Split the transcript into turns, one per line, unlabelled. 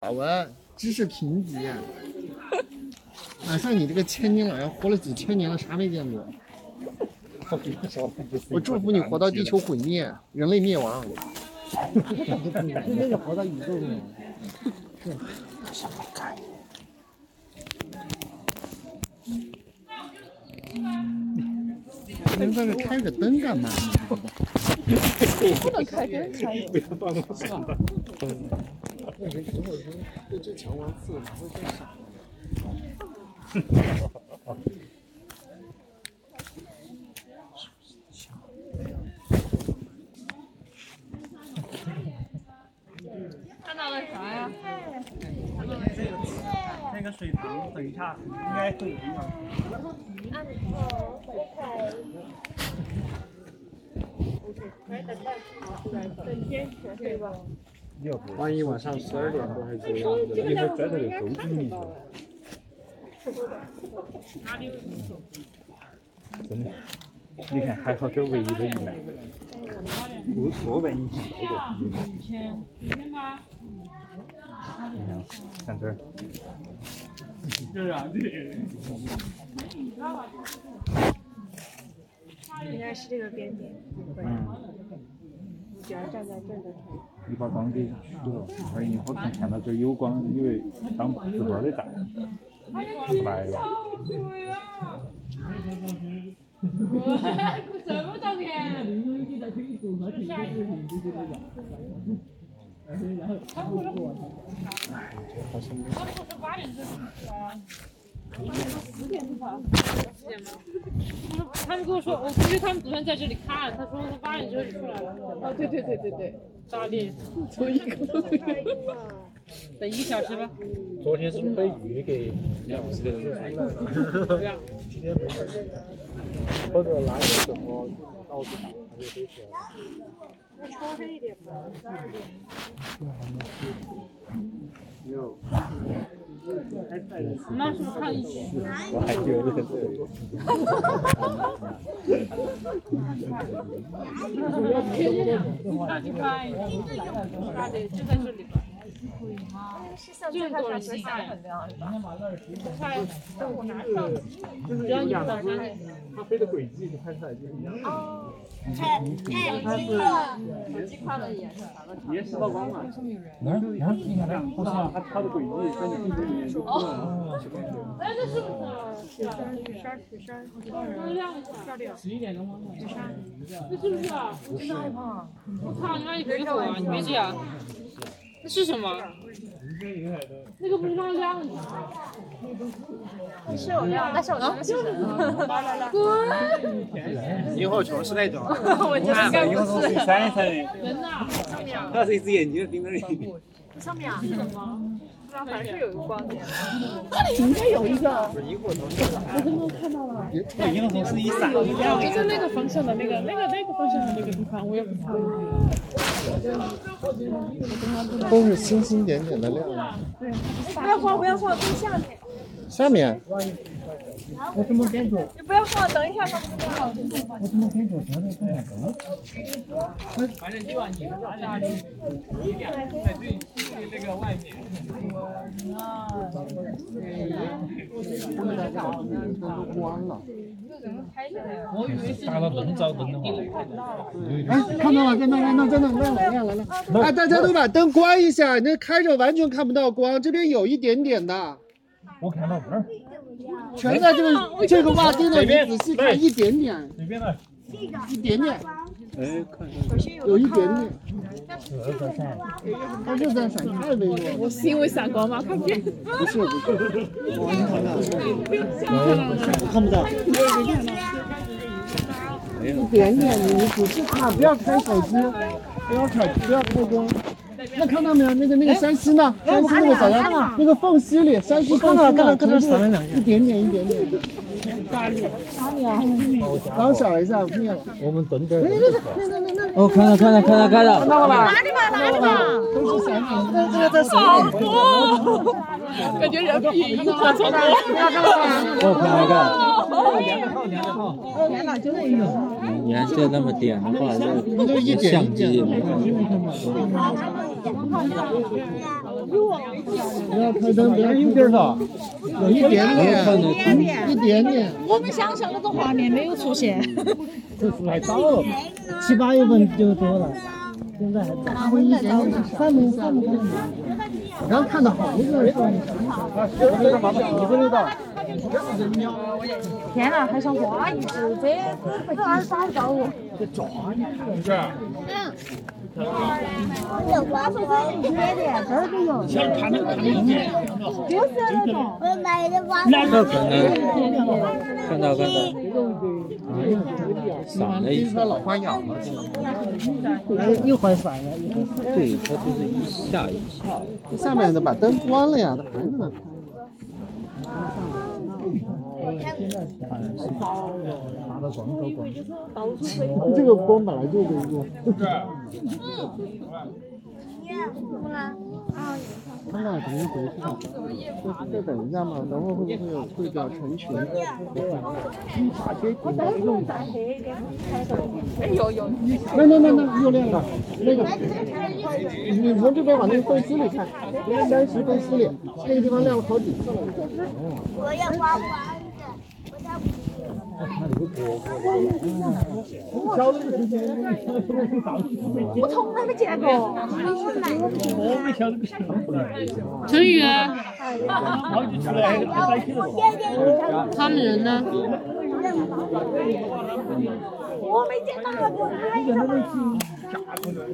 好文，知识贫 瘠。哪像你这个千年老妖，活了几千年了，啥没见过？ 我祝福你活到地 球毁灭，人类灭 亡。
应该是活到宇宙中。
你在这开着灯干嘛？
不能开灯才有。看到了啥呀？
那个水塘等一下应该会有影响。
万一晚上十二点多还是怎
因为在那里头晕一下，真的。你看，还好跟唯一的一样，
无所谓。
嗯看这儿，
对啊，对。
应该是这个边界，
嗯，
你只要站在这儿就可以。
你把光给虚了，而你好像看到这儿有光，以为当值班的在，白了，
他们跟我说，我估计他们昨天在这里看，他说他八点就出来了，
哦，对对对对对，
咋的？走一个路，等一个小时吧。
昨天是不是被雨给
对呀，
或者哪有什么到处打，还是飞起来？
那稍微一点吧。
没有，
我妈是不是看一起？
我还觉得是。
那就看一起。咋的？就在这里吧。
是像
这
这
么
个
多人
上
信
学
呀
下很亮，是吧？
太，
就是
要你
两
早上。
它飞的轨迹，你看起来就是一样的。
手机看了一眼，啥了？
也是到光嘛，
哪儿哪儿？你看这儿，
它它它的轨迹跟你地球里面就不一样了。
哎，这是不是？
雪山，雪山，
能亮一下。
漂亮。
这是不是啊？
不是害怕。
我操，你妈你别走啊！你别这样。那是什么？那个不是让亮一下？
是有亮，但是我觉得是人。来来来，
萤火虫是那种，
我觉得应该
一个
不
东西
是。
闪一闪。
人呐？
它是一只眼睛就盯着你。
上面啊，是什么？反正是有一个光点。
这一个东西一闪。
就是那个方向的那个、那个、那个方向的那个地方，我也不知道。
都是星星点点的亮。
不要晃，不要晃，蹲下面。
下面
你不要晃，等一下他们就亮了。
打了灯照灯的话，
哎，看到了，在那，在那，在那，亮了，亮了，亮了！哎，大家都把灯关一下，你这开着完全看不到光，这边有一点点的，
我看到这儿，
全在这个这个袜钉那里，仔细看一点点，
那边的
一点点，
哎，看
有一点点。它是在闪，太微弱了。
我是因为闪光吗？看不见。
不是不是，一点点，你仔细看，不要看手机，不要看，不要开灯。那看到没有？那个那个山西呢？山西那个小鸭，那个缝隙里，山西缝隙里，全部一点点一点点。然后扫一下，灭了。
我们蹲这儿。
哦，看到看到看到看
看
到，
到了吧？拿着吧，拿着吧。都是闪闪的，这个在水里。
感觉人比萤火虫多。
哦，看到看
天哪，真的有。
到，你看这那么点的话，
那就一
这
点一
相
点
机
的。
比我没见
要开灯，不要开灯了，有一点点，一点点，
我们想象那个画面没有出现。
这时候还早了，七八月份就多了。现在还早，他会一点点，三门三门。我刚看到好多人，啊，十分钟到，一分钟到。
天呐，还想花一只，这这二十八高哦。这抓你！嗯。这瓜子糕一点点，这儿没有。就是那种。我买的瓜子
这可能看到看到，闪了一下，
老花眼了，又又换反了，又换反
对，它就是一下一下。
了。下面的把灯关了呀，它盘着呢。这个光本来就微弱。他们俩肯定回去了，就再等一下嘛，等会儿会不会有会比较成群？那那那那又练了，那个，你从这边往那个缝隙里看，那个三十缝隙里，那个地方亮了好几次了。
我也花完了。我从来没见过，
我没想到，
成宇，
好久出来，担心了。
他们人呢？
我没见到过，太可怕了。